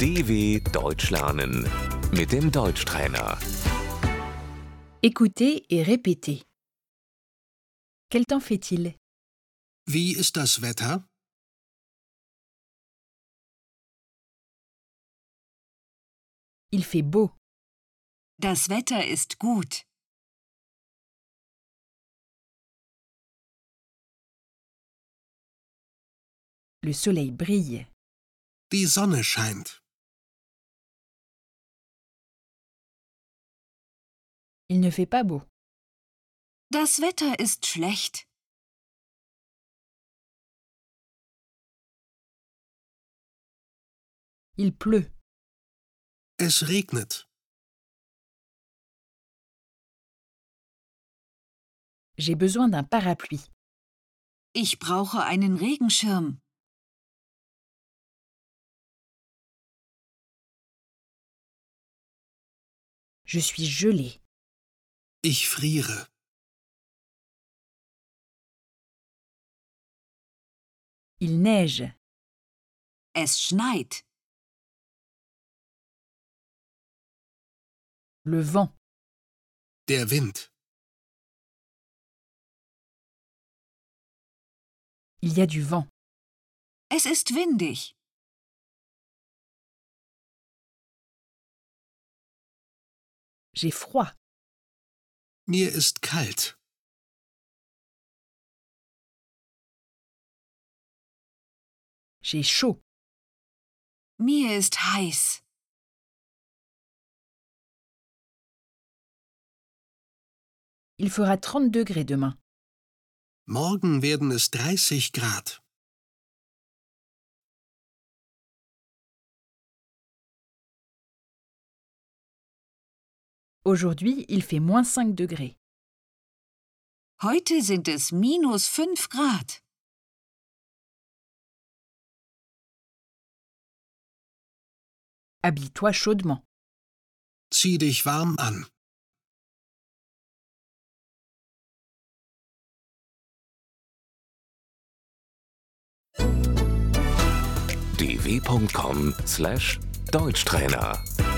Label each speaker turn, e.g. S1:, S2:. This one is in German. S1: DW Deutsch lernen mit dem Deutschtrainer.
S2: Écoutez et répétez. Quel temps fait-il
S3: Wie ist das Wetter?
S2: Il fait beau.
S4: Das Wetter ist gut.
S2: Le soleil brille.
S3: Die Sonne scheint.
S2: Il ne fait pas beau.
S4: Das Wetter ist schlecht.
S2: Il pleut.
S3: Es regnet.
S2: J'ai besoin d'un parapluie.
S4: Ich brauche einen Regenschirm.
S2: Je suis gelé.
S3: Ich friere.
S2: Il neige.
S4: Es schneit.
S2: Le vent.
S3: Der Wind.
S2: Il y a du vent.
S4: Es ist windig.
S2: J'ai froid.
S3: Mir ist kalt.
S2: J'ai chaud.
S4: Mir ist heiß.
S2: Il fera 30 degrés demain.
S3: Morgen werden es 30 Grad.
S2: Aujourd'hui, il fait moins 5 degrés.
S4: Heute sind es minus 5 Grad.
S2: Habille-toi chaudement.
S3: Zieh dich warm an.
S1: dw.com/deutschtrainer